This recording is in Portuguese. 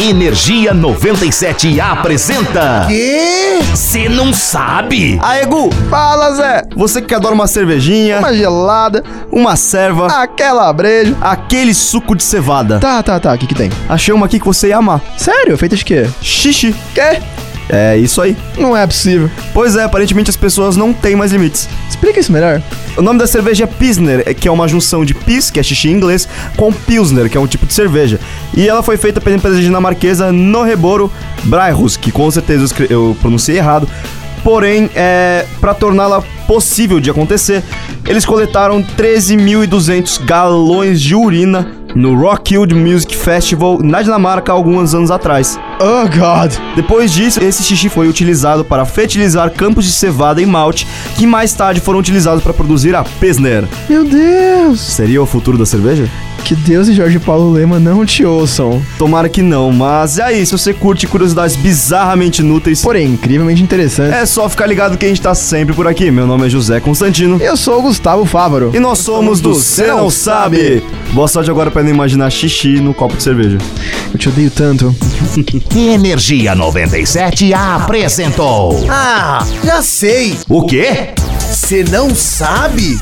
Energia 97 apresenta. Quê? Você não sabe? Aê, Gu! Fala, Zé! Você que adora uma cervejinha, uma gelada, uma serva, aquela breja, aquele suco de cevada. Tá, tá, tá, o que que tem? Achei uma aqui que você ia amar. Sério? Feita de quê? Xixi. Quê? É isso aí. Não é possível. Pois é, aparentemente as pessoas não têm mais limites. Explica isso melhor. O nome da cerveja é Pilsner, é- que é uma junção de pis, que é xixi em inglês, com Pilsner, que é um tipo de cerveja. E ela foi feita pela empresa dinamarquesa Noreboro Braihus, que com certeza eu, escre- eu pronunciei errado. Porém, é, para torná-la possível de acontecer, eles coletaram 13.200 galões de urina no Rockfield Music Festival na Dinamarca há alguns anos atrás. Oh, God. Depois disso, esse xixi foi utilizado para fertilizar campos de cevada e malte, que mais tarde foram utilizados para produzir a Pilsner. Meu Deus. Seria o futuro da cerveja? Que Deus e Jorge Paulo Lema não te ouçam. Tomara que não, mas é aí, se você curte curiosidades bizarramente inúteis, Porém, incrivelmente interessante. é só ficar ligado que a gente tá sempre por aqui. Meu nome é José Constantino. Eu sou o Gustavo Fávaro. E nós somos do Cê Não Sabe! Boa sorte agora pra não imaginar xixi no copo de cerveja. Eu te odeio tanto. Energia 97 apresentou. Ah, já sei. O quê? Você não sabe?